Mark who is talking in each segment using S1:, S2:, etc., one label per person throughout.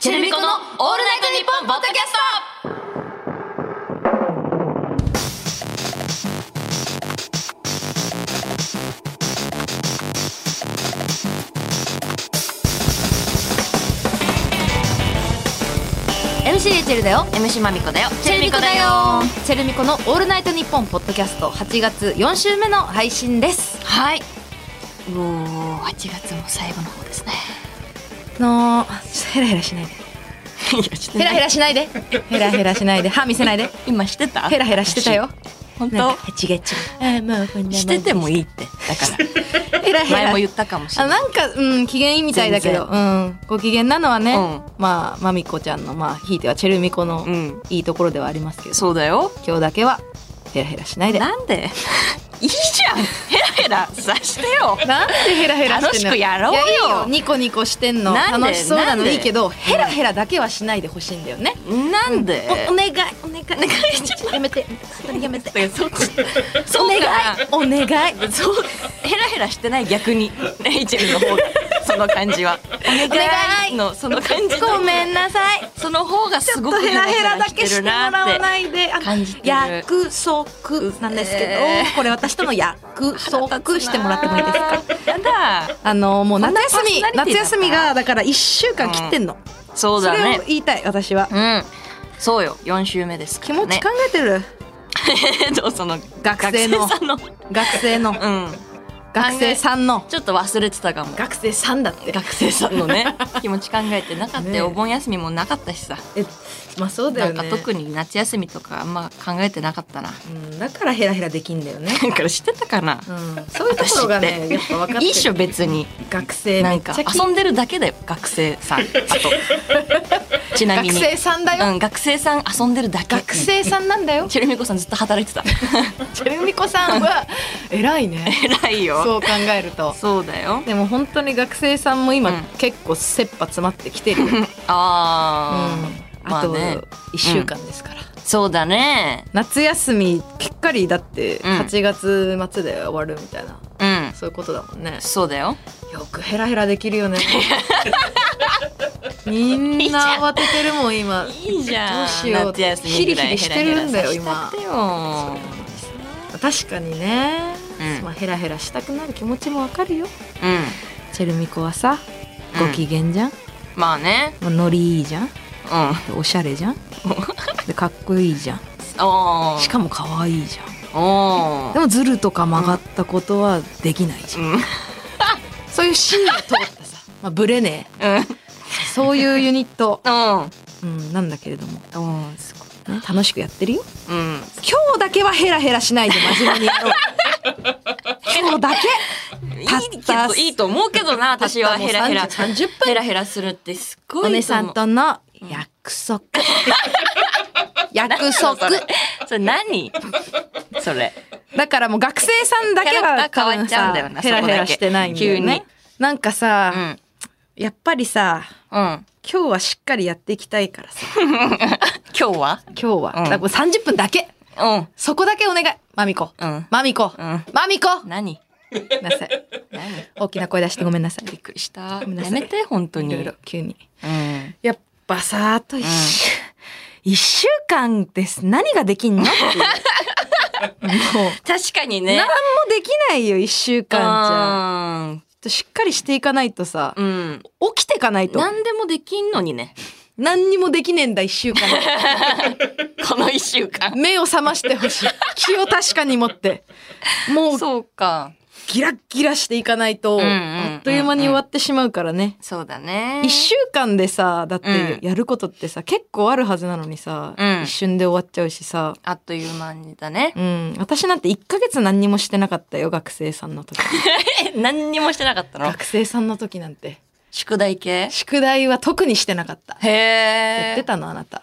S1: チェルミコのオールナイトニッポンポッドキャスト
S2: エムシリチェルだよ
S1: MC まみこだよチェルミコだよ
S2: チェルミコのオールナイトニッポンポッドキャスト8月4週目の配信です
S1: はいもう8月も最後の方ですね
S2: のヘラヘラしないで
S1: いやちょっ
S2: ヘラヘラしないでヘラヘラしないで歯見せないで
S1: 今してた
S2: ヘラヘラしてたよ
S1: 本
S2: な
S1: 当
S2: んか8月あもうこんなもん
S1: しててもいいってだから
S2: ヘラヘラ
S1: 前も言ったかもしれ
S2: あ
S1: ない
S2: なんかうん機嫌いいみたいだけど、
S1: 全
S2: うん、ご機嫌なのはね、
S1: うん
S2: まあまみこちゃんのまあひいてはチェルミコの
S1: うん
S2: いいところではありますけど、
S1: そうだよ
S2: 今日だけはヘラヘラしないで
S1: なんでいいじゃんヘラヘラさしてよ
S2: なんでヘラヘラしてんの
S1: 楽しくやろうよ
S2: いいニコニコしてんの
S1: なんで
S2: 楽しそうな
S1: なん
S2: の
S1: で
S2: いいけどヘラヘラだけはしないでほしいんだよね
S1: なんで
S2: おお願いお願いお願いやめてそれやめて
S1: そう
S2: お
S1: そう
S2: 願い
S1: か
S2: お願い
S1: そうヘラヘラしてない逆にレイチェルの方がその感じはお願
S2: 願い
S1: のその感じと
S2: ごめんなさい
S1: その方がすごく
S2: ヘラヘラだけしてもら
S1: ヘラヘラして
S2: わ
S1: るなっ
S2: ないであの
S1: 感じてる
S2: 約束なんですけど、
S1: え
S2: これ私との約束してもらってもいいですか
S1: てやだ
S2: あのもう夏休
S1: こんなパー
S2: み
S1: ソナリテ
S2: 夏
S1: ィだった
S2: 休みがだから1週間切ってんの、
S1: そう
S2: そ
S1: だ
S2: れ
S1: ね
S2: を言いたい私は、
S1: うんそうよ4週目ですか
S2: 気
S1: ら
S2: 持
S1: ね
S2: ち考えてる
S1: えっとその
S2: 学生の
S1: さんの
S2: 学生 の
S1: うん
S2: 学生さんの
S1: ちょっと忘れてたかも
S2: 学生さんだって
S1: 学生さんの ね気持ち考えてなかったよ、
S2: ね
S1: お盆休みもなかったしさ、
S2: えまあそうだ
S1: な
S2: よ
S1: んか
S2: ね
S1: 特に夏休みとかあんま考えてなかったな
S2: うん、だからヘラヘラできんだよ ね、
S1: だからしてたかな、
S2: うん、そういうところがね
S1: 私って
S2: やっぱ分かってる
S1: いいっしょ別に
S2: 学生
S1: な
S2: めっ
S1: ん
S2: ちゃ
S1: か
S2: 聞い
S1: 遊んでるだけだよ学生さんあと ちなみ
S2: 学
S1: に
S2: 生さんだよ、
S1: うん、学生さん遊んでるだけ
S2: 学生さんなん だよ
S1: チェルミコさんずっと働いてた
S2: チェルミコさんは偉 いね
S1: 偉いよ
S2: そう考えると
S1: そうだよ
S2: でも本当に学生さんも今、
S1: うん
S2: 結構切羽詰まってきてるよ、うん、
S1: あー、
S2: あと
S1: まあね
S2: 1週間ですから、
S1: そうだね
S2: 夏休みきっかりだって
S1: うん
S2: 8月末で終わるみたいな、
S1: うん
S2: そういうことだもんね
S1: そうだよ
S2: よくヘラヘラできる よねみんな慌ててるもん今
S1: いいじゃん
S2: どうしよう
S1: 夏休みぐらい
S2: ヒリヒリしてるんだよ
S1: ヘラヘラさせてよ
S2: 確かにね、
S1: うん
S2: まあ、ヘラヘラしたくなる気持ちもわかるよ
S1: うん
S2: チェルミコはさご機嫌じゃん、
S1: まあね
S2: もうノリいいじゃん
S1: うん
S2: でおしゃれ じゃんでかっこいいじゃん
S1: おー
S2: しかも可愛いじゃ
S1: お
S2: んでもズルとか曲がったことはできないじゃん、
S1: うんうん
S2: そういうシーンを通ったさ、 まあ、ブレねえそういうユニット、うん、なんだけれども、
S1: うんすごい
S2: ね、楽しくやってるよ
S1: うん
S2: 今日だけはヘラヘラしないで真面目にやろう今日だけ
S1: い
S2: たっ
S1: いけ
S2: た
S1: どいいと思うけど な私はヘラヘラ
S2: たったもう30 30
S1: ヘラヘラするってすごい
S2: お姉さん
S1: と
S2: との約束 約
S1: 思う
S2: 束
S1: それそれ何それ
S2: だからもう学生さんだけ
S1: キャラ
S2: は
S1: クター変わっちゃうんだよな
S2: 多分さヘラヘラしてないんだよ
S1: そこだけ
S2: ね
S1: 急
S2: なんか
S1: う
S2: さ、
S1: ん
S2: やっぱりさ
S1: うん今
S2: 今日はしっかりやっていきたいからさ
S1: 日は
S2: 今日は、
S1: うん
S2: だからもう30分だけ
S1: うん
S2: そこだけお願いマミコ
S1: うん
S2: マミコ
S1: うん
S2: マミコご
S1: 何
S2: めんなさ い
S1: 何
S2: 大きな声出してごめんなさい
S1: びっくりしたや
S2: めんなさい
S1: めて本当
S2: い
S1: に
S2: ろいろ急に
S1: うん
S2: やっぱさあと1週、一週間です何ができんのっていう もう
S1: 確かにね
S2: 何もできないよ1週間じゃちょっとしっかりしていかないとさ
S1: うんうん
S2: 起きてかないと
S1: 何でもできんのに ね
S2: 何にもできねえんだ1 週間
S1: この一週間
S2: 目を覚ましてほしい気を確かに持ってもう
S1: そうか
S2: ギラッギラしていかないと
S1: んうんうん
S2: あっという間に終わってしまうからね
S1: そうだね
S2: 1週間でさだっ
S1: うん
S2: てやることってさ結構あるはずなのにさ
S1: うん
S2: 一瞬で終わっちゃうしさ
S1: あっという間にだね
S2: うん私なんて1ヶ月何にもしてなかったよ学生さん の時
S1: え何にもしてなかったの
S2: 学生さんの時なんて
S1: 宿題系
S2: 宿題は特にしてなかった
S1: へえ
S2: やってたのあなた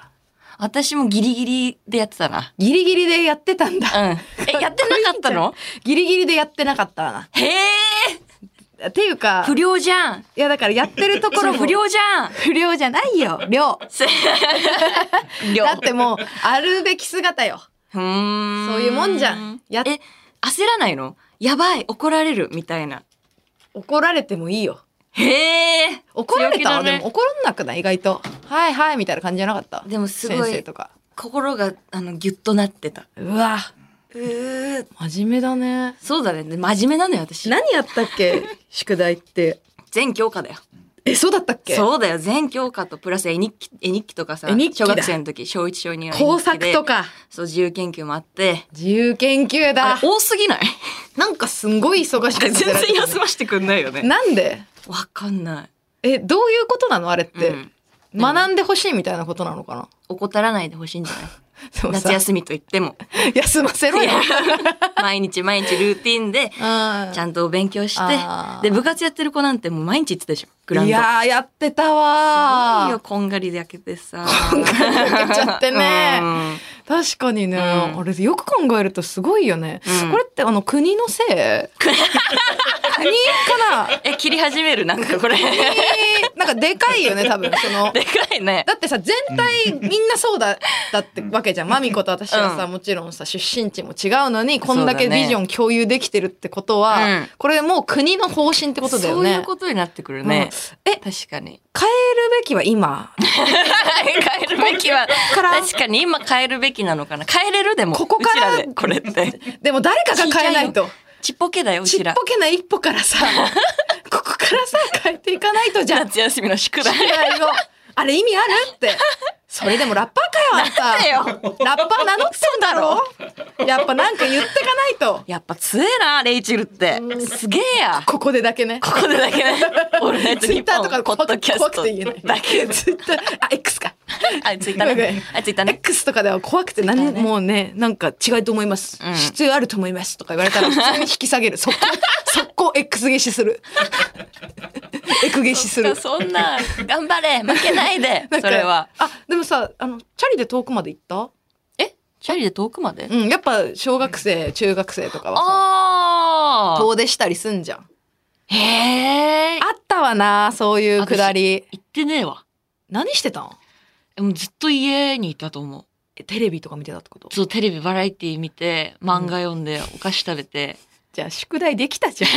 S1: 私もギリギリでやってたな
S2: ギリギリでやってたんだ
S1: うん えやってなかったの
S2: ギリギリでやってなかったな
S1: へえ
S2: っていうか
S1: 不良じゃん
S2: いやだからやってるとこ
S1: こ
S2: ろ
S1: れ
S2: も
S1: 不良じゃん
S2: 不良じゃないよ量
S1: せ量
S2: だってもうあるべき姿よ
S1: うーん
S2: そういうもんじゃんやっ
S1: え焦らないのやばい怒られるみたいな
S2: 怒られてもいいよ
S1: へえ
S2: 怒られたわ、
S1: 強気だね
S2: でも怒らんなくない意外とはいはいみたいな感じじゃなかった
S1: でもすごい
S2: 先生とか
S1: 心があのギュッとなってた
S2: うわ
S1: うー
S2: 真面目だね
S1: そうだね真面目なのよ私
S2: 何やったっけ 宿題って
S1: 全教科だよ
S2: えそうだったっけ
S1: そうだよ全教科とプラス絵日記絵日記とかさ
S2: 絵日記
S1: 小
S2: だ
S1: 学生の時小一小2の絵日記で
S2: 工作とか
S1: そう自由研究もあって
S2: 自由研究
S1: あ
S2: だ
S1: れ多すぎない
S2: なんかすんごい忙しく
S1: 全
S2: させられて
S1: 然
S2: る
S1: 休ませてくんないよね
S2: なんで
S1: わかんな
S2: えどういうことなのあれっ
S1: い、
S2: て、
S1: うん
S2: 学んでほしいみたいなことなのかな
S1: 怠らないでほしいん じゃない
S2: そうさ
S1: 夏休みと言って も
S2: 休ませろよ
S1: 毎日毎日ルーティンで
S2: うん
S1: ちゃんとお勉強して
S2: あー
S1: で部活やってる子なんてもう毎日行ってたでしょグラウン
S2: い
S1: ド
S2: やーやってた
S1: す
S2: わ
S1: ごい
S2: ー
S1: よこんがりで焼けてさ
S2: 焼けちゃってね
S1: うん
S2: 確かにね、
S1: うん
S2: あれよく考えるとすごいよね、
S1: うん
S2: これってあの国のせ い国かな
S1: え切り始めるなんかこれ
S2: 国 なんかでかいよね多分その
S1: でかいね
S2: だってさ全体みんなそうだだってわけじゃん、マミコと私はさ、もちろんさ出身地も違うのにこんだけ
S1: そうだね
S2: ビジョン共有できてるってことは、
S1: うん
S2: これもう国の方針ってことだよね
S1: そういうことになってくるね、
S2: うんえ
S1: 確かに
S2: 変えるべきは今
S1: 変えるべきは
S2: から
S1: 確かに今変えるべきなのかな変えれるでも
S2: ここから
S1: うちらでこれ って
S2: でも誰かが変えないと
S1: ちっぽけだよう
S2: ち
S1: ち
S2: っ
S1: ら
S2: ぽけな一歩からさここからさ変えていかないとじゃん
S1: 夏休みの宿題
S2: 試合をあれ意味あるってそれでもラッパーかよあんたラッパー名乗ってんだろやっぱなんか言ってかないと
S1: やっぱ強えなレイチェルってすげえや
S2: ここでだけね
S1: ここでだけね 俺のやつ
S2: ツイッターとか
S1: ポッドキャ
S2: 怖
S1: ス
S2: く
S1: ト
S2: て言えな
S1: だ
S2: い
S1: け
S2: ツイッターあ X か
S1: あツイッターねあツイッターね
S2: X とかでは怖くて何、
S1: ね
S2: もうねなんか違いと思います、
S1: うん
S2: 必要あると思いますとか言われ たら普通に引き下げる速攻速攻 X 下視する X 下視する
S1: そんな頑張れ負け ないで
S2: な
S1: そ
S2: んか
S1: れは
S2: あでもさあのチャリで遠くまで行った
S1: えチャリで遠くまで
S2: うん、やっぱ小学生中学生とかはさ
S1: あ
S2: 遠出したりすんじゃんあ
S1: あへえ
S2: ったわなそういうくだり
S1: 行ってねえわ
S2: 何してたん
S1: えもうずっと家にいたと思う
S2: えテレビとか見てたってこと
S1: そうテレビバラエティ見て漫画読んでお菓子食べて
S2: じゃあ宿題できたじゃ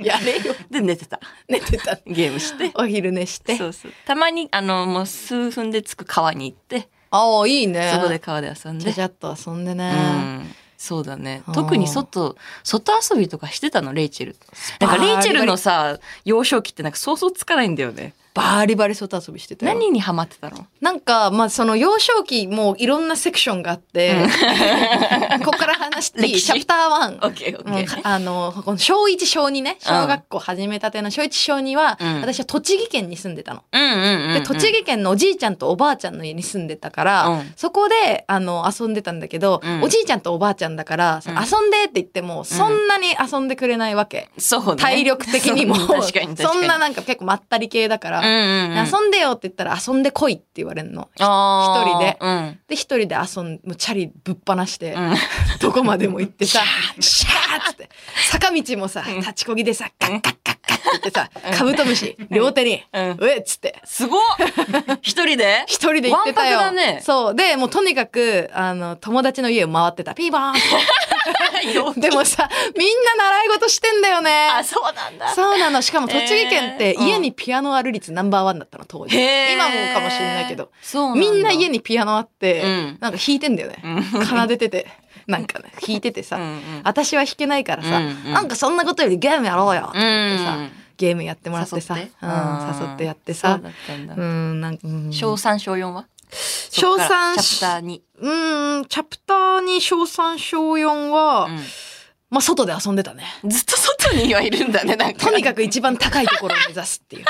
S2: んやれよ
S1: で寝てた
S2: 寝てた
S1: ゲームして
S2: お昼寝して
S1: そうそうたまにあのもう数分で着く川に行って
S2: ああいいね
S1: そこで川で遊ん
S2: ち
S1: で
S2: ゃちゃっと遊んで
S1: う
S2: ね、
S1: んそうだね
S2: あー
S1: 特に外外遊びとかしてたのレイチェルなんかレイチェルのさ幼少期ってなんか想像つかないんだよね
S2: バリバリ外遊びしてたよ
S1: 何にハマってたの
S2: なんかまあその幼少期もういろんなセクションがあって、 ここから話していい
S1: 歴史
S2: チャプター1
S1: ?OKOK、
S2: うんあのこの小1小2ね小学校始めたての小1小2は、
S1: うん
S2: 私は栃木県に住んでたの。
S1: うんうんうんうん
S2: で栃木県のおじいちゃんとおばあちゃんの家に住んでたから、
S1: うん
S2: そこであの遊んでたんだけど、
S1: うん
S2: おじいちゃんとおばあちゃんだから、その
S1: うん
S2: 遊んでって言ってもそんなに遊んでくれないわけ、
S1: そうね
S2: 体力的に も
S1: そう 確かに確かに
S2: そんななんか結構まったり系だから、
S1: うんうんうん、
S2: 遊んでよって言ったら遊んでこいって言われるの。
S1: あー
S2: 一人で
S1: うん
S2: で一人で遊んもうチャリぶっ放して、
S1: うん
S2: どこまでも行ってさ、シャーっつって、坂道もさ、立ちこぎでさ、ガッガッガッガッって言ってさ、カブトムシ、両手に、
S1: うん
S2: うえっつって、
S1: すごっ 一人 で
S2: 一人で行ってたよ。
S1: わんぱくだね
S2: そう。で、もうとにかく、あの、友達の家を回ってた。ピーバーン
S1: よ
S2: って。でもさ、みんな習い事してんだよね。
S1: あそうなんだ
S2: そうなの。しかも栃木県って
S1: えーうん
S2: 家にピアノある率ナンバーワンだったの、当時。
S1: へー
S2: 今もかもしれないけど。
S1: そう
S2: みんな家
S1: に
S2: にピアノあって、
S1: うん
S2: なんか弾いてんだよね。奏でてて、なんかね、弾いててさ、
S1: うんうん
S2: 私は弾けないからさ、
S1: うんうん
S2: なんかそんなことよりゲームやろうよって言ってさ、
S1: うん
S2: ゲームやってもらってさ、
S1: 誘って
S2: う
S1: う
S2: ん
S1: ん
S2: 誘ってやって
S1: そう
S2: さ、
S1: だったんだ、
S2: うん、なんか、うん、
S1: 小三小四は
S2: 小三
S1: そっからチャプターに、
S2: うん、チャプターに小3小4は、まあ外で遊ん でたね。
S1: うんずっと外にはいるんだねなんか
S2: とにかく一番高いところを目指すっていう。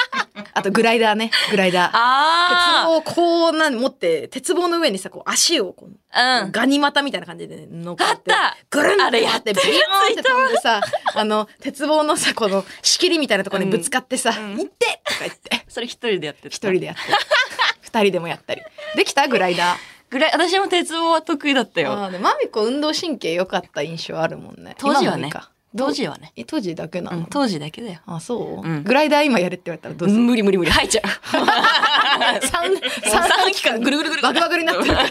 S2: あとグライダーね、グライダー。鉄
S1: あ
S2: 棒をこうなん持って、鉄棒の上にさ、こう足をこう、
S1: あうん
S2: ガニ股みたいな感じでね乗っかって
S1: あった
S2: ぐるん
S1: あれやって
S2: ビヨーンって飛ん でさあの鉄棒のさこの仕切りみたいなところにぶつかってさ「
S1: うん
S2: 行って!」とか言って
S1: それ一人でやってた
S2: 一人でやって 二人でもやったりできたグライダー
S1: ぐらい私も鉄棒は得意だったよ
S2: あーでもマミコ運動神経良かった印象あるもんね
S1: 当時は
S2: 今も
S1: ね
S2: いいか
S1: 当時はね
S2: え当時だけな
S1: う
S2: の、
S1: ん当時だけだよ
S2: あそ
S1: う
S2: う、
S1: ん
S2: グライダー今やるって言われたらどうする、
S1: 無理無理無理入っちゃ う
S2: 三三
S1: 三期間ぐるぐるぐる
S2: バグバグになってるか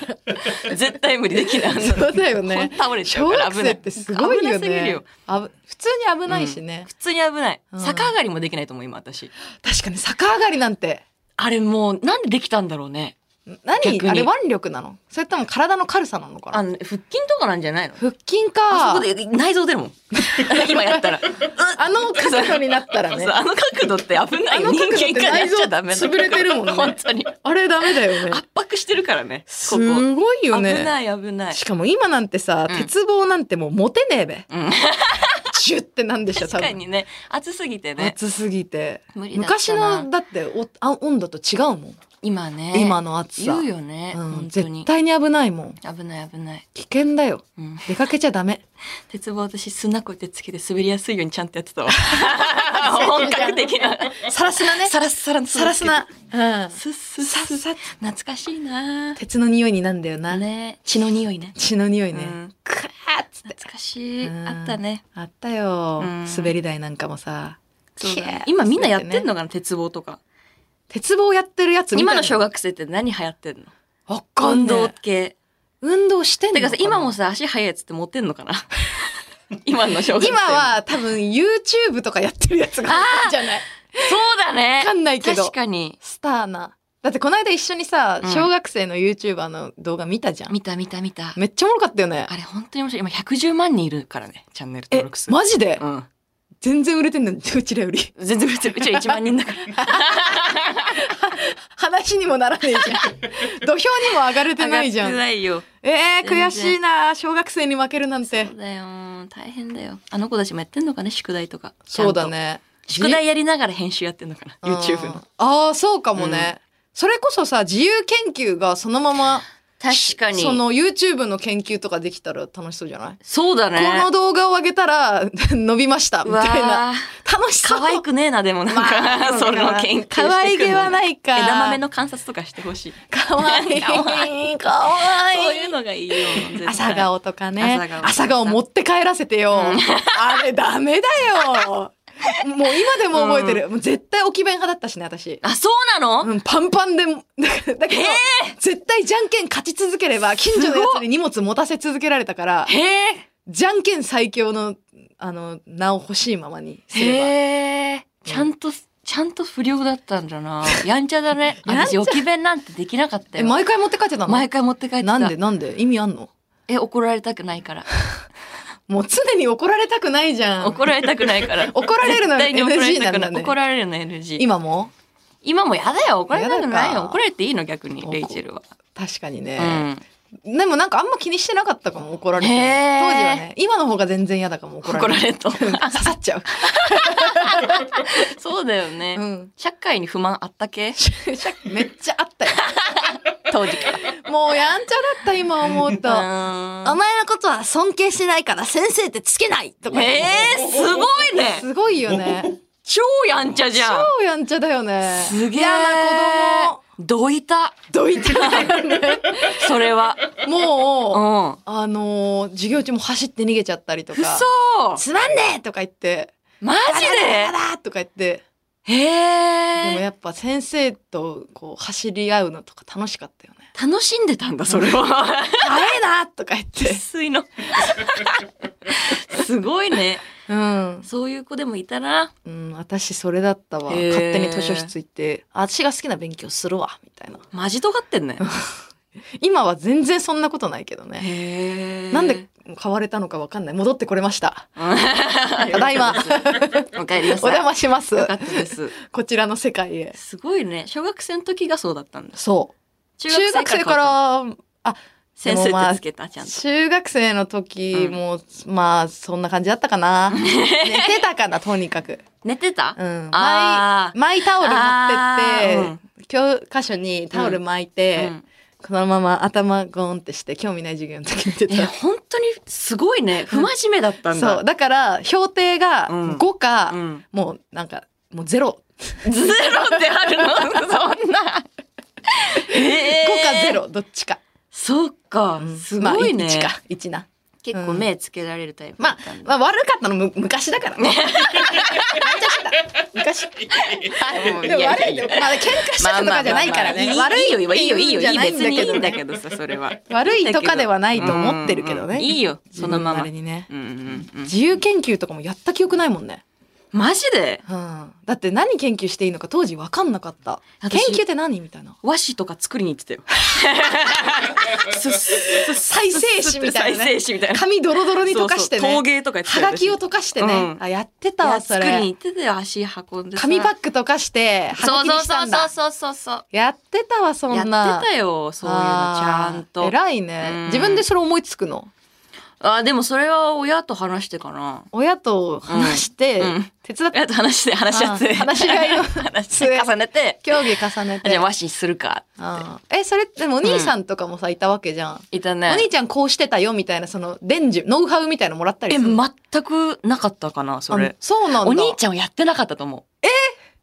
S1: 絶対無理できないあん
S2: ら
S1: な
S2: そうだよね
S1: 倒れちゃ
S2: 小
S1: うから
S2: 学
S1: 危
S2: 生
S1: ない
S2: ってすごいよ
S1: 危なすぎる
S2: ね
S1: よ
S2: あぶ普通に危ないしね、
S1: 普通に危ない
S2: うん
S1: 逆上がりもできないと思う今私
S2: 確かに逆上がりなんて
S1: あれもう、なんでできたんだろうね。
S2: 何
S1: 逆に
S2: あれ腕力なのそれとも体の軽さなのか
S1: あ
S2: な
S1: の、腹筋とかなんじゃないの
S2: 腹筋
S1: あ
S2: か
S1: そこで内臓出 るもん。今やったら。
S2: あの角度になったらね
S1: そうあの角度って危ない
S2: あ
S1: よ。
S2: の角
S1: 人
S2: 度って
S1: 間からやっちゃダメ
S2: 内臓潰れてるもんね
S1: 本 当に。
S2: あれダメだよね
S1: 圧迫してるからね。
S2: す
S1: ここ。
S2: ごいよ
S1: 危
S2: ね
S1: ない危ない
S2: し。かも今なんてさ、
S1: うん
S2: 鉄棒なんてもう持てねえべ
S1: うん。
S2: ジュってなんでしょ多
S1: 確か
S2: 分
S1: にね、暑すぎてね。
S2: 暑すぎて
S1: 無理だったな
S2: 昔のだっておあ温度と違うもん、
S1: 今ね。
S2: 今の暑さ
S1: 言うよね。
S2: うん
S1: 本当
S2: 絶
S1: に。
S2: 対に危ないもん
S1: 危ない危ない。
S2: 危険だよ
S1: うん
S2: 出かけちゃ ダメ
S1: 鉄棒私砂こうやってつけて滑りやすいようにちゃんとやってた わ。本格的な。
S2: サラスナね
S1: サラッサラの
S2: サラスナ、うん、
S1: 砂つけて。スッスッスッ。懐かしいな
S2: 鉄の匂いになんだよな、
S1: ね血の匂いね。
S2: 血の匂い
S1: うん
S2: ね、クワーっつって
S1: 懐かしい。
S2: うん
S1: あったね。
S2: あったよ、
S1: うん
S2: 滑り台なんかもさ
S1: そうだね
S2: キャー
S1: 今みんなやって
S2: 滑
S1: んのかな、鉄棒とか。
S2: 鉄棒やってるやつみ
S1: 今
S2: たいな
S1: の小学生って何流行ってんの
S2: わかん
S1: 運
S2: ね
S1: 動
S2: え
S1: 系。
S2: 運動してんの
S1: て
S2: か
S1: か
S2: な
S1: さ、今もさ、足速いやつって持ってんのか な今の小学生。
S2: 今、は多分 YouTube とかやってるやつが多いんじ ゃない
S1: そうだね。
S2: わかんないけど
S1: 確かに。
S2: スターなだってこの間一緒にさ
S1: うん
S2: 小学生の YouTuber の動画見たじゃん、
S1: 見た見た見た。
S2: めっちゃおもろかったよね
S1: あれ本当に面白い。今110万人いるからね、チャンネル
S2: え
S1: 登録数。
S2: マジで、
S1: うん。
S2: 全然売れてんの うちらより
S1: 全然別に、うちは1万人だ から。
S2: 話にもな らねえじゃん土俵にも上がれてないじゃ
S1: 上がって
S2: ん
S1: ないよ。
S2: えー、
S1: 全然
S2: 悔しいな小学生に負けるなんて
S1: そうだよ。大変だよ。あの子たちもやってんのかね、宿題とか。
S2: そうだ
S1: ち
S2: ね
S1: ゃんと。宿題やりながら編集やってんのかな、YouTube
S2: うん
S1: の。
S2: ああそうかもね、それこそさ自由研究がそのまま
S1: 確かに。
S2: その YouTube の研究とかできたら楽しそうじゃない、
S1: そうだね。
S2: この動画を上げたら 伸びましたみ
S1: うわ
S2: たい
S1: ー
S2: な楽しそう
S1: 可愛くねえな、でもなんか、
S2: ま あ
S1: その研究してくの
S2: 可愛げはないか
S1: 枝豆の観察とかしてほしい。
S2: 可愛い
S1: 可
S2: かわ
S1: そういうのがいいよ。絶対
S2: 朝。顔とかね
S1: 朝
S2: 朝
S1: 顔
S2: 顔持って帰らせてよ、あれダメだ よもう今でも覚えてる、もう絶対置き弁派だったしね私
S1: あ、そうなの、
S2: うん、パンパンで、 だけど、絶対じゃんけん勝ち続ければ、近所のやつに荷物持たせ続けられたから、
S1: へえ。
S2: じゃんけん最強の、あの、名を欲しいままにすれば。
S1: へえ。ちゃんと、ちゃんと不良だったんだ な。やんちゃだね。
S2: やん
S1: 私、
S2: ちゃ
S1: 置き弁なんてできなかった
S2: え、
S1: よ。
S2: 毎回持って帰ってたの
S1: 毎回持って帰ってた。
S2: なんでなんで意味あんの
S1: え、怒られたくないから。
S2: もう常に怒られたくないじゃん。
S1: 怒られたくないから。
S2: 怒られるの
S1: 絶対に怒られ
S2: NG
S1: たくな。
S2: ないんだ
S1: 怒
S2: ね。
S1: られるの NG。今
S2: 今も
S1: もやだよ。怒られたくない
S2: や
S1: よ。
S2: だか
S1: 怒られていいの逆に、
S2: 怒
S1: レイチェルは。
S2: 確かに
S1: う
S2: ね、
S1: ん。
S2: でもなんかあんま気にしてなかったかも、怒られ
S1: へ
S2: て。当時
S1: ー
S2: はね。今の方が全然嫌だかも、怒ら
S1: 怒
S2: れ
S1: ら
S2: て。
S1: れる と。
S2: うん刺さっ ちゃう。
S1: そうだよね。
S2: うん。
S1: 社会に不満あった 系
S2: めっちゃあったよ。
S1: 当時から。
S2: もうやんちゃだった、今思うと。
S1: あ
S2: お前のことは尊敬してないから先生ってつけないとか。
S1: えー、 すごいね
S2: すごいよね。
S1: 超やんちゃじゃん
S2: 超やんちゃだよね。
S1: すげえ
S2: 嫌な子
S1: どいた
S2: 供。どいてだよね。
S1: それ は。う
S2: もう、
S1: ん。う
S2: あのー授業中も走って逃げちゃったりとか。
S1: そ
S2: つまんねえとか言って。
S1: マジ
S2: やだとか言って。
S1: で
S2: でも
S1: へえ。
S2: やっぱ先生とこう走り合うのとか楽しかったよね。
S1: 楽しんでたんだ、それは。
S2: ダメだとか言って。
S1: 水の。すごいね。
S2: うん。
S1: そういう子でもいたな。
S2: うん、私それだったわ。
S1: へー
S2: 勝手に図書室行って、私が好きな勉強するわ、みたいな。
S1: マジ尖ってんね。
S2: 今は全然そんなことないけどね。
S1: へえ。
S2: なんで買われたのかわかんない。戻ってこれ ました。ただいま。
S1: お帰りな
S2: お
S1: さい。
S2: 邪魔します
S1: よ。かったです。
S2: こちらの世界へ。
S1: すごいね。小学生の時がそうだったんです。
S2: そう。中学生から、あ、
S1: 先生ってつけた、ちゃんと。
S2: 中学生の時
S1: うん
S2: も、まあ、そんな感じだった かな。寝てたかな、とにかく。
S1: 寝てた
S2: うん。マ
S1: あ
S2: イマイタオル
S1: あ
S2: 持
S1: ー
S2: ってって、教科書にタオル巻いて、
S1: うん
S2: このまま頭ゴーンってして、興味ない授業の時に寝 て
S1: え
S2: た。
S1: 本当にすごいね不真面目だったんだ
S2: そう。だから、評定が
S1: うん
S2: 5か、
S1: うん
S2: もうなんか、もうゼロ。
S1: ゼロってあ るのそんなえ
S2: 5かゼ
S1: ロ
S2: ロ、どっちか。
S1: そうか
S2: うん
S1: すごいね、
S2: まあ、1か、1な。
S1: 結構目つけられるタイプだ
S2: まあ
S1: ったん、だ、
S2: まあ、悪かったのむ昔だ からね。めっちゃしてた
S1: もう
S2: 昔。でも
S1: や
S2: 悪い
S1: や
S2: よ。
S1: や
S2: まあ、喧嘩したとかじゃないからね。
S1: まあまあまあ
S2: 悪
S1: いいよいいよいいよいいよ
S2: じゃないんだ
S1: 別にい
S2: け
S1: い
S2: ど
S1: んだ
S2: ね。
S1: けどさそれは
S2: 悪いとかではないと思ってるけど
S1: うん
S2: ね。
S1: いいよそのま
S2: 自分
S1: ま
S2: なりにね。
S1: うんうんうん
S2: 自由研究とかもやった記憶ないもんね。
S1: マジで
S2: うん、だって何研究していいのか当時分かんなかった研
S1: 私
S2: 究って何みたいな
S1: 和紙とか作りに行 ってたよ。
S2: 再生紙みたいなね
S1: 再生紙みたいな。
S2: 紙ドロドロに溶かして
S1: そうそう陶
S2: ね
S1: 芸とかやって
S2: は
S1: たよ
S2: がきを溶かしてね、
S1: うん
S2: あやって
S1: い
S2: たわ
S1: や
S2: そ
S1: 作り
S2: れ
S1: に行ってたよ。足運んでさ。
S2: 紙パック溶かしては
S1: そ
S2: が
S1: う
S2: きにしたんだ
S1: そうそうそうそう
S2: やってたわそん
S1: そう。
S2: な
S1: やってたよ。そういうのちゃん
S2: あー
S1: と。
S2: 偉いね、
S1: うん
S2: 自分でそれ思いつくの
S1: あ、でもそれは親と話してかな。
S2: 親と話して、
S1: うんうん
S2: 手伝って
S1: 親と話して、話し合って。
S2: あー話し合い を
S1: 話し合い重ねて。
S2: 競技重ね て
S1: じゃあ和紙するか。
S2: あーえそれでもお兄さんとかもさ、いたわけじゃん
S1: いた
S2: お
S1: ね
S2: 兄。ちゃんこうしてたよみたいなその伝授ノウハウみたいなのもらったり
S1: え、
S2: する
S1: 全くなかったかな、それ
S2: あ。そうなんだ
S1: お兄ちゃんはやってなかったと思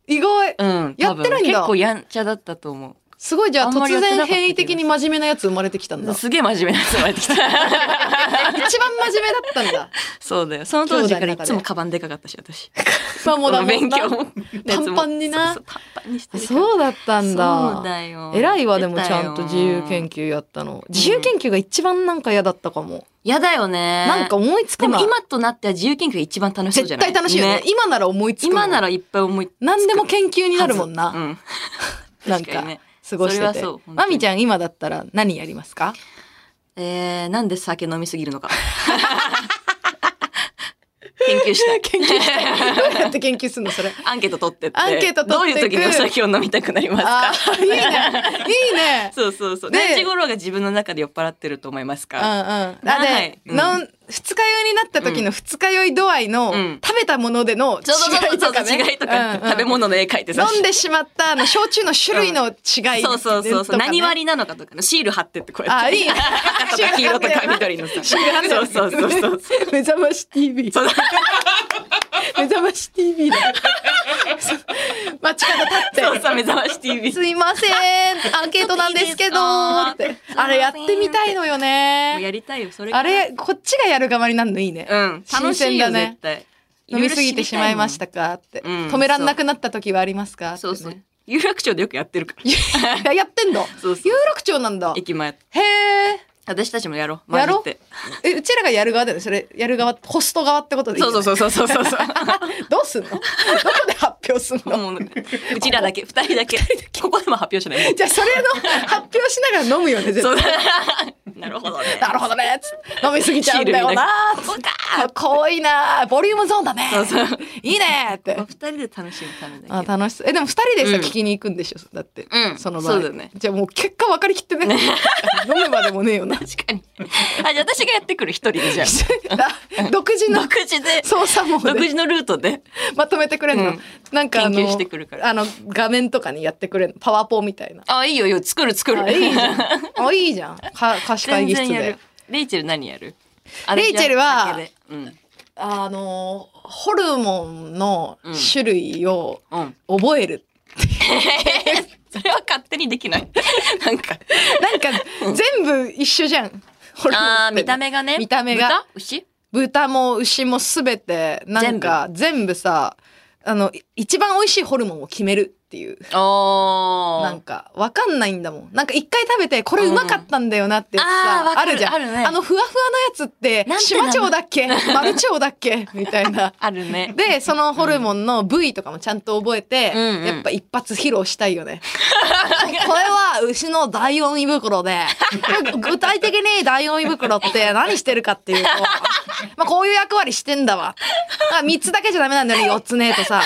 S2: 意外
S1: う。うん。
S2: やってないんだ
S1: 多分結構やんちゃだったと思
S2: すごいじゃあ
S1: あん
S2: 突
S1: まりやってなかった
S2: 然
S1: けど
S2: 変異的に真面目なやつ生まれてきたんだ
S1: う。
S2: 一
S1: すげえ真面目なやつ生まれて きた。
S2: 番真面目だったん だ
S1: そうだよ。その当時か
S2: 兄
S1: ら
S2: 弟
S1: い
S2: の中で
S1: つもカバンでかかったし、私。
S2: 今もだもんな
S1: 勉強 も。
S2: パンパンにな
S1: そうそうパンパンにして
S2: あ
S1: るから。
S2: そうだったん
S1: そう
S2: だ
S1: だよ。
S2: 偉いわでもちゃんと自由研
S1: 究。
S2: 究やったの自由研究が一番なんか嫌だったかも、
S1: やだよね。
S2: なんか思いつ
S1: で
S2: く
S1: も
S2: な
S1: 今となっては自由研究が一番楽しそうじ
S2: 絶
S1: ゃない
S2: 対楽しいよね今なら思いつくもん
S1: 今ならいっぱい思い
S2: 何でも研究になるもんな、
S1: うん。
S2: なん
S1: 確か
S2: か
S1: にね
S2: 過ごし
S1: それ
S2: て
S1: は
S2: て
S1: そう本当に
S2: まみちゃん今だったら何やりますか
S1: えー、なんで酒飲みすぎるのか。 研究したい。
S2: 研究したいどうやって研究するのそれ
S1: アンケート取ってって。
S2: アンケート取って
S1: どう
S2: く
S1: いう時にお酒を飲みたくなります
S2: あ
S1: か
S2: ーいいねいいね
S1: そうそうそう。
S2: で
S1: 何時頃が自分の中で酔っ払ってると思います
S2: うん
S1: か
S2: うん、あ
S1: は
S2: で
S1: い、うん
S2: の二日酔いになった時の二日酔い度合いの、
S1: うん
S2: 食べたものでの
S1: ちょうど
S2: 違いとか、ね、
S1: 違いとか、
S2: うんうん
S1: 食べ物の絵描いてさ。
S2: 飲んでしまったあの焼酎の種類の違い、
S1: そうそうそう
S2: と
S1: そう、
S2: かね
S1: 何割なのかとかねシール貼ってってこうやって
S2: あいいね
S1: 赤とか黄色とか緑のさ
S2: シール貼って
S1: そうそうそうそう
S2: 目覚まし TV
S1: そう
S2: 目覚まし TV だ街角立って
S1: そうそう目覚まし TV も
S2: すいませ んアンケートなんですけどって
S1: いいですか
S2: あれやってみたいのよ
S1: う
S2: ね
S1: やりたいよそれ
S2: あれこっちがやる側になるのいいね、
S1: うん楽しい
S2: 新鮮
S1: よ
S2: だ
S1: 絶
S2: ね
S1: 対
S2: 飲みすぎてしまいましたたかって、
S1: うん
S2: 止めらんなくなった時はありますかって、ね、
S1: そうそう有楽町でよくやってるから
S2: いややってんの
S1: そうそ
S2: 有
S1: う
S2: 楽町なんだ
S1: 駅前
S2: へえ
S1: 私たちもやろう
S2: やろ
S1: 混
S2: う
S1: じって
S2: えうちらがやる側だよねそれやる側ホスト側ってことでいい
S1: そうそう
S2: う
S1: そうそうそうそ うそう
S2: どうすんのどこで発表すん の
S1: もううちらだけ二人だけここでも発表しないもう
S2: じゃあそれの発表しながら飲むよね絶
S1: そ
S2: 対
S1: う なるほどね
S2: なるほどねつって飲みすぎちゃうんだよな
S1: シール見ながら
S2: かっこいいなボリュームゾーンだね
S1: そうそう
S2: いいねって
S1: 二人で楽しむため
S2: あ
S1: だけ
S2: 楽しそうえでも二人でさ、
S1: うん
S2: 聞きに行くんでしょだって、
S1: うん
S2: その場合
S1: そうだね
S2: じゃあもう結果分かりきって ね飲むまでもねえよな
S1: 確かにあじゃあ私がやってくる一人でじゃあ
S2: あ 独自の
S1: 独自で
S2: 操作網
S1: 独
S2: で
S1: 自のルートで
S2: まとめてくれるの、
S1: うん
S2: なんかあの
S1: 研究してくるから
S2: あの画面とかにやってくれるのパワポみたいな
S1: あいいよいいよ作る作る
S2: あいいじ ゃんあいいじゃんか貸し会
S1: 全
S2: 議室
S1: 然やる
S2: で
S1: レイチェル何やるあ
S2: レイチェルは
S1: 酒でうん
S2: あのホルモンの種類を
S1: うん
S2: 覚える、
S1: それは勝手にできない なんか
S2: なんか全部一緒じゃんホルモンって
S1: あー見た目がね
S2: 見た目が
S1: 豚牛
S2: 豚も牛もすべてなんか全部さあのい一番美味しいホルモンを決めるっていう
S1: お
S2: なんかわかんないんだもんなんか一回食べてこれうまかったんだよなってやつさ、
S1: うんあーわ
S2: あ
S1: かる
S2: るじゃん
S1: あるね
S2: のふわふわのやつって
S1: なんて名
S2: 島
S1: 前
S2: 町だ っけ丸町だっけみたいな
S1: あるね
S2: でそのホルモンの部位とかもちゃんと覚えて、
S1: うんうん
S2: やっぱ一発披露したいよね。これは牛の第四胃袋で具体的に第四胃袋って何してるかっていうと、まあ、こういう役割してんだわあ3つだけじゃダメなんだよね4つねとさ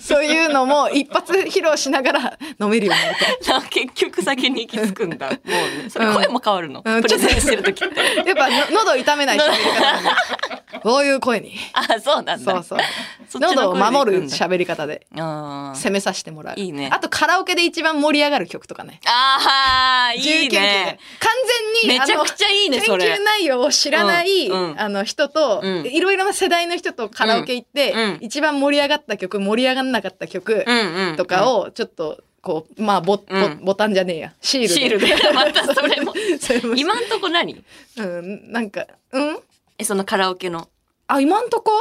S2: そういうのも一発披露しながら飲めるようになりたい
S1: なんか結局酒に行き着く んだもうねそれ声も変わるの、
S2: うん
S1: プレゼンしてる時って
S2: やっぱの喉痛めない喋り方なんだこういう声に
S1: あそうなんだ
S2: そうそう
S1: そっち
S2: 喉
S1: の
S2: を
S1: 声で行くんだ
S2: 守る喋り方で
S1: あー
S2: 攻めさせてもらう
S1: いいね
S2: あとカラオケで一番盛り上がる曲とかね
S1: あーいい
S2: 自由研究で
S1: ね
S2: 完全に
S1: めちゃく
S2: ゃ
S1: ちゃいいねそれ
S2: 研究内容を知らない、
S1: うんうん
S2: あの人と、
S1: うん
S2: いろいろな世代の人とカラオケ行って、
S1: うんうん
S2: 一番盛り上がった曲盛り上がんなかった曲
S1: うんうん
S2: とかをちょっとこうまあボ,ボ、
S1: うん
S2: ボタンじゃねえやシールで
S1: シール でまたそれも
S2: それも
S1: 今んとこ何
S2: うん、なんかうん
S1: えそのカラオケの
S2: あ今んとこ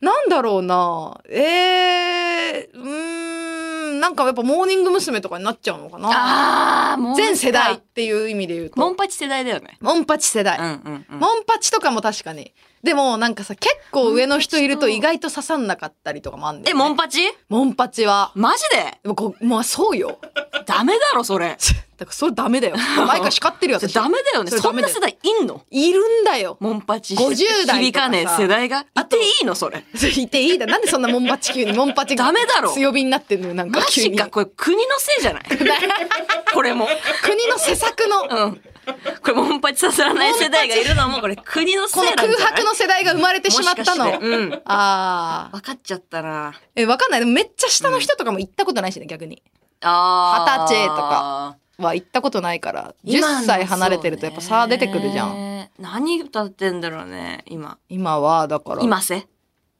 S2: なんだろうなえー、うーんなんかやっぱモーニング娘。とかになっちゃうのかな
S1: ああ、もう。
S2: 全世代っ。ていう意味で言う
S1: モ
S2: と
S1: ンパチ世代だよね。
S2: モンパチ世代、
S1: うんうんうん。
S2: モンパチとかも確かにでもなんかさ結構上の人いる
S1: モンパ
S2: と
S1: チと
S2: 意外と刺さんなかったりとかもあんだ
S1: え、
S2: よ、ね、
S1: モンパチ
S2: モンパチは
S1: マジで
S2: でもこまあそうよ
S1: ダメだろ、それ。
S2: だからそれダメだ よ毎回叱ってるよ
S1: それ
S2: 私
S1: ダメだよね。
S2: それ
S1: そ
S2: ダ
S1: ん
S2: メだ
S1: な
S2: よ
S1: 世代いんの
S2: いるんだよ
S1: モンパチ。
S2: 50代とかさ
S1: 響かねえ世代が。いていいの、それ。
S2: それ言っていいだなんでそんなモンパチ急 にモンパチが
S1: ダメだろ
S2: 強火になってんのよなんか
S1: マ
S2: 急
S1: ジ
S2: に
S1: か、これ国のせいじゃない これも。
S2: 国の施策の
S1: うん。これモンパチ刺さらない世代がいるの も、これ国のせ
S2: この
S1: いなん
S2: 空
S1: じゃない
S2: 白の世代が生まれてしまったの
S1: もしかしてうん。
S2: あー
S1: 分かっちゃったな。
S2: えわかんないでもめっちゃ下の人とかも行ったことないしね逆に
S1: あー
S2: 二十歳とか。は行ったことないから
S1: 今
S2: 10
S1: の
S2: 歳離れてるとやっぱ差出てくるじゃ
S1: そうんね何歌ってんだろうね、今。
S2: 今はだから
S1: 今せ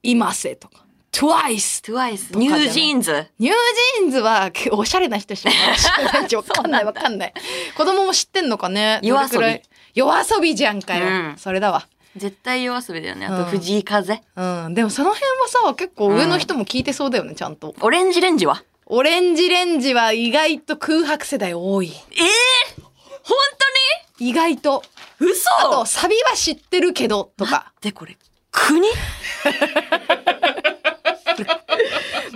S2: 今せとか TWICE
S1: ?TWICE。
S2: とか
S1: ニュ
S2: じゃない
S1: ージーンズ。
S2: ニュージーンズはけおしゃれな人しか 知らないしわかんないわかんない子供も知ってんのかね
S1: 夜遊び
S2: どれくらい夜遊びじゃんかよ、
S1: うん
S2: それだわ
S1: 絶対夜遊びだよね。あ
S2: う
S1: と
S2: ん
S1: 藤井風。
S2: うん、でもその辺はさ結構上の人も聞いてそうだよねちゃんと
S1: オレンジレンジは
S2: オレンジレンジは意外と空白世代多い
S1: ええ本
S2: 意外と
S1: 当に嘘
S2: あとサビは知ってるけどとか
S1: で、これ、国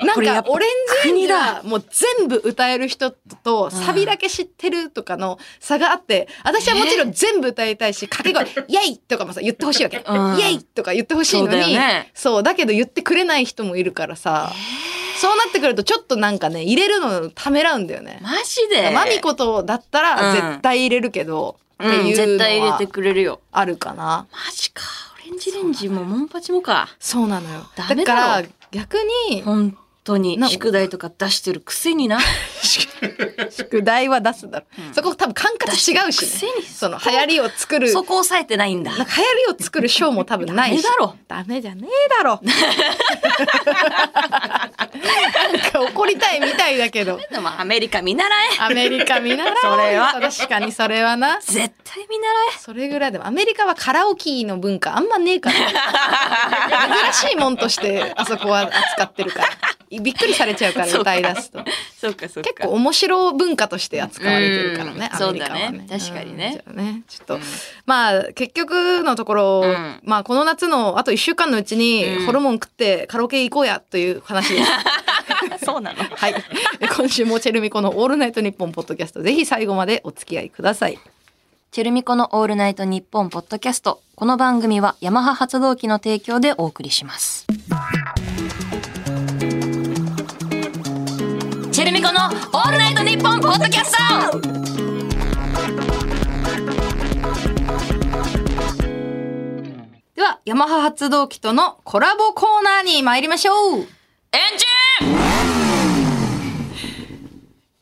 S2: なん
S1: これやっ
S2: か
S1: ぱ
S2: オレンジレンジ
S1: 国
S2: はもう全部歌える人とサビだけ知ってるとかの差があって私はもちろん全部歌いたいし掛け声 「イエイ!」とかもさ言ってほしいわけ
S1: う
S2: 「
S1: ん
S2: イエイ!」とか言ってほしいの
S1: そうだ
S2: に
S1: よね
S2: そうだけど言ってくれない人もいるからさそうなってくるとちょっとなんかね入れるのためらうんだよね。
S1: マジで
S2: マミコとだったら
S1: うん
S2: 絶対入れるけど、
S1: うん
S2: っていう
S1: 絶
S2: の
S1: 対入れて
S2: は
S1: くれるよ。
S2: あるかな。
S1: マジか。オレンジレンジもモンパチもか。
S2: そうなのよ。
S1: ダメだろ
S2: だから逆に
S1: 本当に
S2: な
S1: 宿題とか出してるくせにな。
S2: 宿題は出すだろ。そこ多分管轄違う
S1: 出し
S2: して
S1: るくせ
S2: ね。
S1: に
S2: その流行りを作る、な
S1: そ
S2: んか
S1: こ抑えてないんだ。
S2: 流行りを作る賞も多分ないし。
S1: ダメだろ。
S2: ダメじゃねえだろ。なんか怒りたいみたいだけど。
S1: でもアメリカ見習え。
S2: アメリカ見習おうよ
S1: それは
S2: 確かにそれはな。
S1: 絶対見習
S2: それぐらいでもアメリカはカラオケの文化あんまね えから珍しいもんとしてあそこは扱ってるからびっくりされちゃうから
S1: そうか
S2: 歌い出すと
S1: え。そうかそうか。
S2: 結構面白文化として扱われてるからね
S1: うん
S2: アメリカは
S1: そうだね確かにね
S2: うんじゃあちょっと、まあ結局のところ、
S1: うん
S2: まあこの夏のあと1週間のうちに
S1: うん
S2: ホルモン食ってカラオケ行こうやという話 です。
S1: そうなの。
S2: はい、今週もチェルミコの「オールナイトニッポン」ポッドキャストぜひ最後までお付き合いください。
S1: チェルミコのオールナイトニッポンポッドキャスト。この番組はヤマハ発動機の提供でお送りします。チェルミコのオールナイトニッポンポッドキャスト
S2: ではヤマハ発動機とのコラボコーナーに参りましょう
S1: エンジン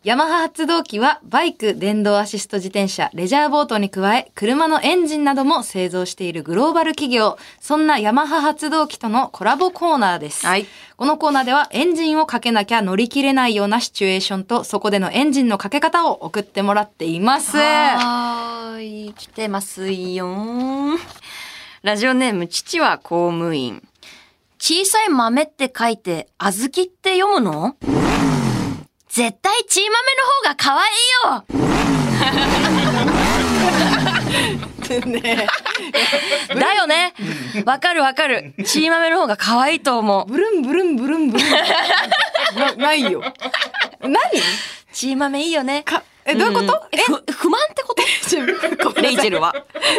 S2: ヤマハ発動機はバイク、電動アシスト自転車、レジャーボートに加え、車のエンジンなども製造しているグローバル企業。そんなヤマハ発動機とのコラボコーナーです。
S1: はい
S2: このコーナーではエンジンをかけなきゃ乗り切れないようなシチュエーションと、そこでのエンジンのかけ方を送ってもらっています。
S1: はーい、来てますよー。ラジオネーム、父は公務員。小さい豆って書いて、あずきって読むの絶対ちい豆の方が可愛いよ
S2: ね
S1: だよねわかるわかる。ちい豆の方が可愛いと思う。
S2: ブルンブルンブルンブルン。な、ないよ。何
S1: ちい豆いいよね。
S2: か、え、どういうこと、
S1: んふ不満って ことレイチェルは。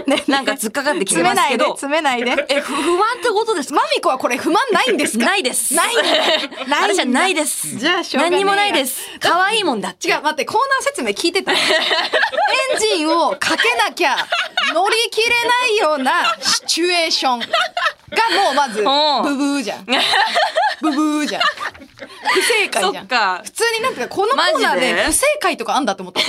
S1: ね、なんか突っかかってきて
S2: 詰め
S1: ます
S2: な
S1: け
S2: いで、
S1: ど。
S2: 詰めないで。
S1: え、ふ不満ってことですか
S2: マミコはこれ不満ないんですか
S1: ないです。
S2: ないんだないんだ
S1: 私はないです。
S2: じゃあしょうがねえ
S1: 何に
S2: や
S1: もないです。可愛いもんだ。
S2: 違う、待って、コーナー説明聞いて た。エンジンをかけなきゃ乗り切れないようなシチュエーションがもうまず、
S1: ん
S2: ブブーじゃ ん。ブブーじゃん。不正解じゃん。
S1: か
S2: 普。通になんかこのコーナー
S1: マジで
S2: で不正解とかあんだと思った。な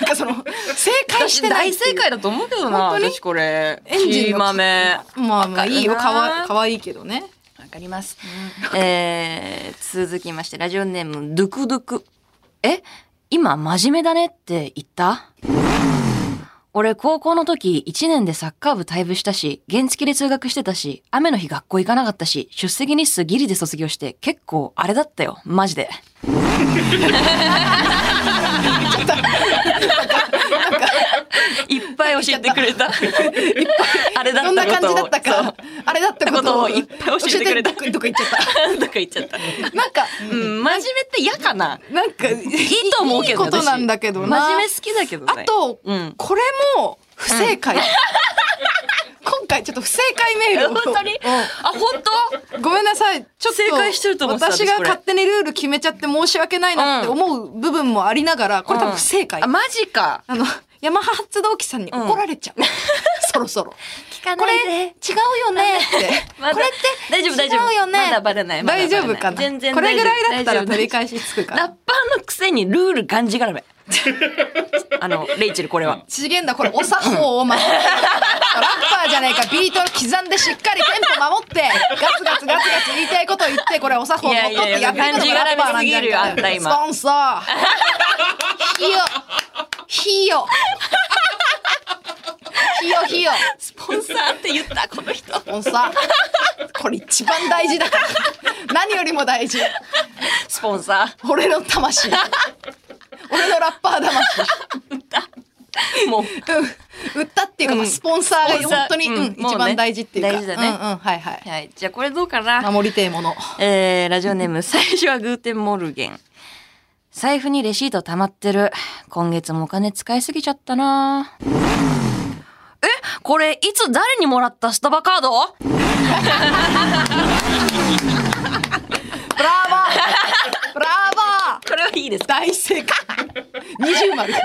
S2: んかその、正解してないっていう。
S1: だと思うけど
S2: 本当に
S1: これ。
S2: エンジンの。
S1: 豆
S2: まあまあいいよ。
S1: わ
S2: か
S1: かるな
S2: わ、かわいいけどね。
S1: わかります。えー、続きまして、ラジオネーム、ドゥクドゥク。え今、真面目だねって言った俺、高校の時、1年でサッカー部退部したし、原付で通学してたし、雨の日学校行かなかったし、出席日数ギリで卒業して、結構、あれだったよ。マジで。いっぱい教えてくれた。あれだ
S2: どん
S1: っ
S2: な
S1: た
S2: 感
S1: こと
S2: じ
S1: を。
S2: だったか。あれだったこ
S1: こと
S2: と
S1: を
S2: を
S1: いっぱい教えてくれた
S2: 教どっか行っちゃっ
S1: そう。とか言っちゃった。
S2: た。なんか、
S1: うん、真面目って嫌かな。
S2: なんか、い
S1: いいと思うけど。
S2: いことなんだけどな。
S1: 私真面目好きだけどね。
S2: あ、と、
S1: うん
S2: これも不正解。今回ちょっと不正解メールを。
S1: 本当に。あ、本当。
S2: ごめんなさい。ちょっと
S1: 正解してると思ってた
S2: 私が
S1: 私これ
S2: 勝手にルール決めちゃって申し訳ないなって思う部分もありながら、これ多分不正解。
S1: あ、マジか。
S2: あの、ヤマハ発動機さんに怒られちゃう。そろそろ。
S1: 聞か
S2: これ、違うよねって。
S1: まだ
S2: これって、
S1: 大丈夫大丈夫
S2: 違うよね。
S1: まだバレないまだバレ
S2: 大
S1: な
S2: 丈
S1: い
S2: 夫かな
S1: 全然
S2: これぐらいだった
S1: 大丈
S2: ら
S1: 夫
S2: 取り返しつくか
S1: ラッ
S2: ら。
S1: パーのくせにルールがんじがら め。あの、レイチェルこれは。
S2: 資源だ、これ、お作法を守って。ラッパーじゃねえか、ビートを刻んでしっかりテンポ守って、ガツガツガツガツ言いたいこと言って、これ、お作法を守っ
S1: いや
S2: て
S1: いや
S2: や
S1: い
S2: っ
S1: や
S2: てるのがラッパーなんじゃ
S1: 感じ
S2: ねえ
S1: がらめすぎるよあんた
S2: か。
S1: 今
S2: スポンサー。ひよ。ひよ。ひよひよ。
S1: スポンサーって言った、この人。
S2: スポンサー。これ一番大事だから。何よりも大事。
S1: スポンサ
S2: 俺の魂。俺のラッパー魂。
S1: ー。もう、
S2: うん、 売ったっていうか、まあスポンサーが本当に、
S1: スポン
S2: う
S1: サー
S2: ん
S1: うん
S2: 一番大事っていうか、
S1: もうね大事だね
S2: うんうんはいはい
S1: はい、じゃあこれどうかな。
S2: 守りてえもの
S1: えー、ラジオネーム、最初はグーテンモルゲン。財布にレシート溜まってる。今月もお金使いすぎちゃったなえ、これ、いつ誰にもらったスタバカード
S2: ブラーボー ブラーボー
S1: これはいいです。
S2: 大正解二重丸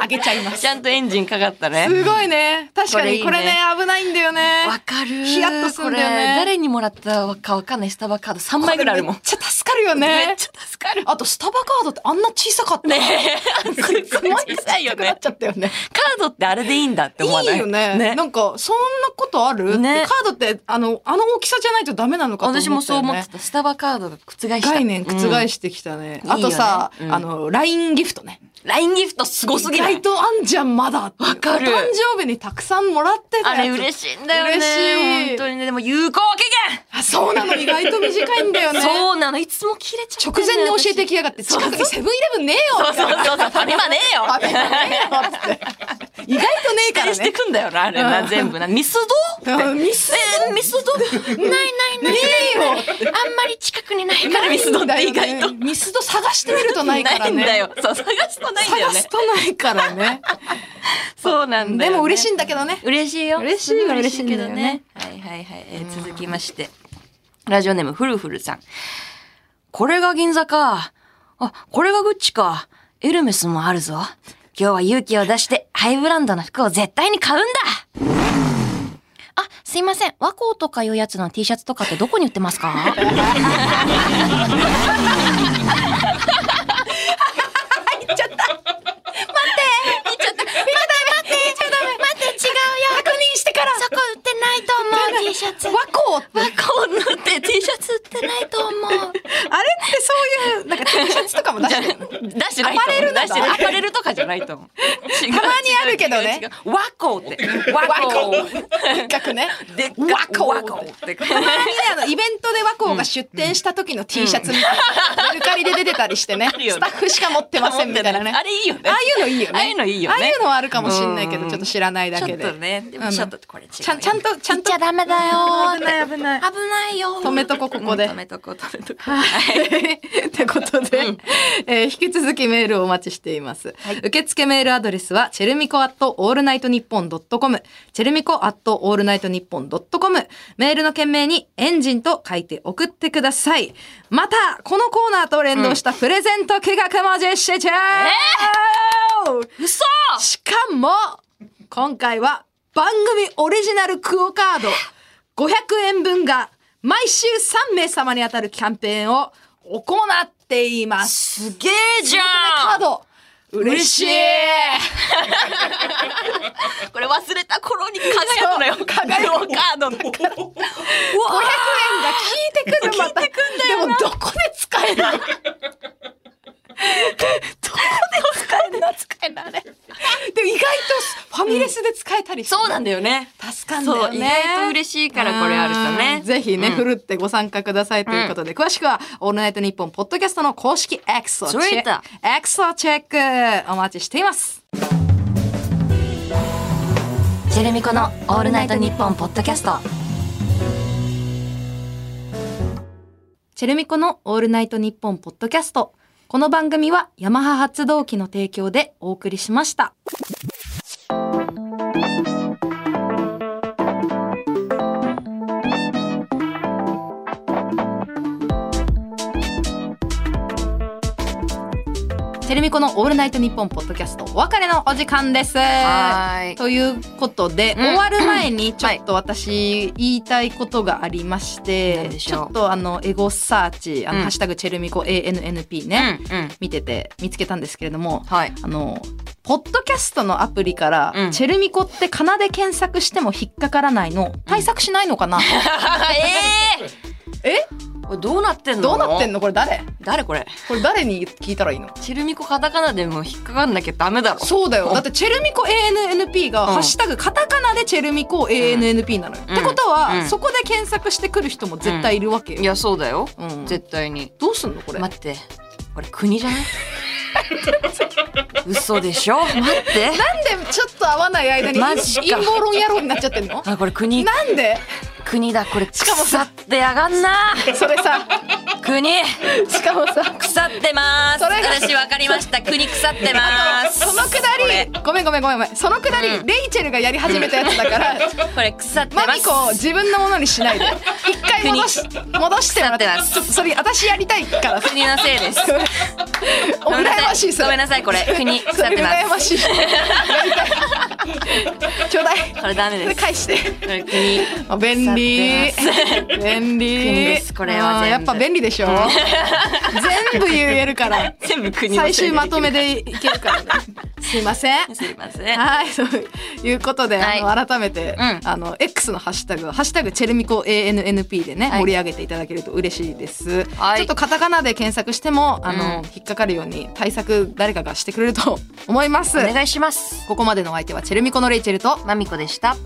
S2: あげちゃいます
S1: ちゃんとエンジンかかったね。
S2: すごいね確かに
S1: こ
S2: こ
S1: れい
S2: れ
S1: い
S2: ね
S1: ね
S2: 危ないんだよね
S1: わかる。
S2: ヒヤッとすんだよね
S1: これ誰にもらったかわかんないスタバカード3枚ぐらいあるもん。
S2: これめっちゃ助かるよ
S1: めっ
S2: ね
S1: ちゃ助かる。
S2: あとスタバカードってあんな小さかった
S1: ねえ、すごい小さいよ
S2: 小さくなっ
S1: ね。
S2: ちゃったよね
S1: カードってあれでいいんだって思わない
S2: いよねなんかそんなことある、
S1: ね
S2: カードってあのあの大きさじゃないとダメなのかと思っ
S1: 私
S2: たよね
S1: もそう思ってた。スタバカードが覆した。
S2: 概念
S1: うん
S2: 覆してきたね。
S1: うん
S2: あとさ、
S1: いいよねうん
S2: あの、LINE ギフトね。
S1: ラインギフトすごすぎな
S2: 意
S1: い
S2: 外とあんじゃん、まだっていう。わ
S1: かる
S2: 誕生日にたくさんもらってた
S1: あ
S2: やつ。
S1: れ嬉しいんだよね。
S2: 嬉しい
S1: 本当にね。でも有効期
S2: あそうなの、意外と短いんだよ
S1: 限
S2: ね。
S1: そうなの。いつも切れちゃう。
S2: 直前に教えてきやがって、
S1: そうそ
S2: 近
S1: う
S2: くにセブンイレブンねえ
S1: そ
S2: よ
S1: うそうそうそう。ファミマねえよ。
S2: あねえよつって意外とねえ
S1: 期
S2: から
S1: 待して
S2: ね。
S1: くんだよな、あれ
S2: う
S1: な。
S2: ん
S1: 全部な。ミスドって
S2: うんミス
S1: えーミスドないないない。ねえよ。あんまり近くにないからミスドって意外と。
S2: ミスド探してみるとないからね。
S1: んだよ。そう、探すとないんだよ
S2: 探
S1: ね
S2: す。とないからね。
S1: そうなんだ
S2: で
S1: よね。
S2: も嬉し
S1: い。
S2: いんだけどね。
S1: 嬉しいよ。
S2: 嬉しい
S1: それは
S2: 嬉しいんだよね。
S1: はいはいはい。えー続きまして。ラジオネーム、フルフルさん。これが銀座か。あ、これがグッチか。エルメスもあるぞ。今日は勇気を出して、ハイブランドの服を絶対に買うんだあ、すいません。和光とかいうやつの T シャツとかってどこに売ってますか
S2: 待って、違うよ。確認してから。
S1: そこ売ってないと思う T シャツ。
S2: 和光って
S1: 和光のって T シャツ売ってないと思う。
S2: あれってそういう、なんか T シャツとかも出してるの
S1: 出してないと思う。
S2: アパレル
S1: 出
S2: なん
S1: し
S2: だ
S1: てないアパレルとかじゃないと思う。た
S2: たまにあるけどね。
S1: 違う違う和光って。和光。
S2: でっかくね。
S1: でっか
S2: 和光
S1: 和光って。
S2: たまにね、あの、イベントで和光が出店した時の T シャツ みたいな。メルカリで出てたりしてね。
S1: るよね
S2: スタッフしか持ってませんみたいなね。
S1: あれいいよね。
S2: ああいうのいいよね。
S1: ああいうのいいよね
S2: ああいうのはあるかもしんないけ
S1: う
S2: ど、
S1: ん
S2: ちょっと知らないだ
S1: ちょ
S2: け
S1: っ
S2: で。
S1: とね。でもちょっとこれ違うよ。
S2: ちゃんちゃんと、ちゃんと
S1: 言っ。ダメだよーって
S2: 危ない危ない
S1: 危ないよー
S2: 止めとこここで
S1: うん止めとこ止めとこ。
S2: ってことで、えー引き続きメールをお待ちしています。受付メールアドレスは、チェルミコアットオールナイトニッポンドットコム、チェルミコアットオールナイトニッポンドットコム、メールの件名にエンジンと書いて送ってください。また、このコーナーと連動したプレゼント企画も実施中、
S1: 嘘
S2: しかも、今回は番組オリジナルクオカード500円分が毎週3名様に当たるキャンペーンを行っています。
S1: すげえじ
S2: カ
S1: ゃ
S2: ー
S1: ん
S2: ド嬉し
S1: 嬉し
S2: い
S1: い これ忘れた頃に輝くのよ。
S2: そう
S1: く
S2: 輝
S1: カードの。うわ
S2: 500円が効いてくる また。でもどこで使えるのどこで使えるの
S1: ー使えないあれ
S2: でも意外とフファミレスで使えたりして、
S1: そうなんだよね。
S2: 助かんだ
S1: そ
S2: よ
S1: う、
S2: ね
S1: 意外と
S2: し
S1: 嬉しい
S2: い
S1: からこれあるとね。
S2: ぜひね、
S1: うん
S2: ふるってご参加くださいということで、詳しくは、オールナイトニッポンポッドキャストの公式 X をチェック
S1: Twitter、
S2: X をチェック、お待ちしています。
S1: ジェレミコのオールナイトニッポンポッドキャスト。
S2: チェルミコのオールナイトニッポンポッドキャスト。この番組はヤマハ発動機の提供でお送りしました。チェルミコのオールナイトニッポンポッドキャストお別れのお時間です。
S1: はーい。
S2: ということで、
S1: うん
S2: 終わる前にちょっと私言いたいことがありまして、
S1: 何でし
S2: ち
S1: ょう
S2: ょっとあのエゴサーチ「あの
S1: うん
S2: ハッシュタグチェルミコ ANNP
S1: う
S2: ね」
S1: んうん。
S2: 見てて見つけたんですけれども
S1: はい。
S2: あのポッドキャストのアプリから「
S1: うん
S2: チェルミコってかなで検索しても引っかからないの対策しないの かな、
S1: ええ
S2: え
S1: これどうなってんの
S2: どうなってん
S1: の
S2: のこれ誰
S1: 誰これ
S2: これ誰に聞いたらいいの
S1: チェルミコカタカナでも引っかかんなきゃダメだろ
S2: そ うだよだってチェルミコ ANNP が
S1: う
S2: 「
S1: ん
S2: ハッシュタグカタカナ」でチェルミコ ANNP なのよ、
S1: うん
S2: ってことは、
S1: うん
S2: そこで検索してくる人も絶対いるわけよ、
S1: いやそうだよ
S2: うん
S1: 絶対に
S2: どうすんのこれ、
S1: 待ってこれ国じゃない嘘でしょ待って
S2: なんでちょっと合わない間に
S1: マジか
S2: 陰謀論野郎になっちゃって んの
S1: あこれ国
S2: なんで
S1: 国だこれ
S2: かも
S1: 腐
S2: さ
S1: ってやがんな
S2: それさ
S1: 国
S2: しかもさ
S1: 腐ってます
S2: それが
S1: 私わかりました国腐ってます
S2: そのく
S1: こ
S2: だ
S1: れ
S2: りごめんごめんごめんごめんそのくだり、
S1: うん
S2: レイチェルがやり始めたやつだから
S1: これ腐ってま
S2: マミ
S1: す
S2: コを自分のものにしないで一回戻し戻してもらって
S1: 腐ってます
S2: ちょっとそれ私やりたいからさ
S1: 国のせいです
S2: ごめん お
S1: ごめんなさ
S2: 羨ましいそれ
S1: ごめんなさいこれ国腐
S2: そ
S1: っ
S2: れ
S1: てます
S2: 羨ましいやりたいちょうだい
S1: これダメ
S2: それ
S1: です
S2: 返して
S1: これ国
S2: あ 便利
S1: 腐
S2: 便利
S1: 国ですこれは全部
S2: あーやっぱ便利で しょ全部言えるから
S1: 全部国のせい
S2: 最
S1: で
S2: 終まとめでいけるからねすいません
S1: すいません
S2: はい、ということで、
S1: はい
S2: あの改めて、
S1: うん
S2: あの X のハッシュタグ「ハッシュタグチェルミコ ANNP」でね、
S1: はい
S2: 盛り上げていただけると嬉しいです、
S1: はい
S2: ちょっとカタカナで検索してもあの、
S1: うん
S2: 引っかかるように対策誰かがしてくれると思います
S1: お願いします
S2: ここまでのお相手はチェルミコのレイチェルと
S1: まみこでした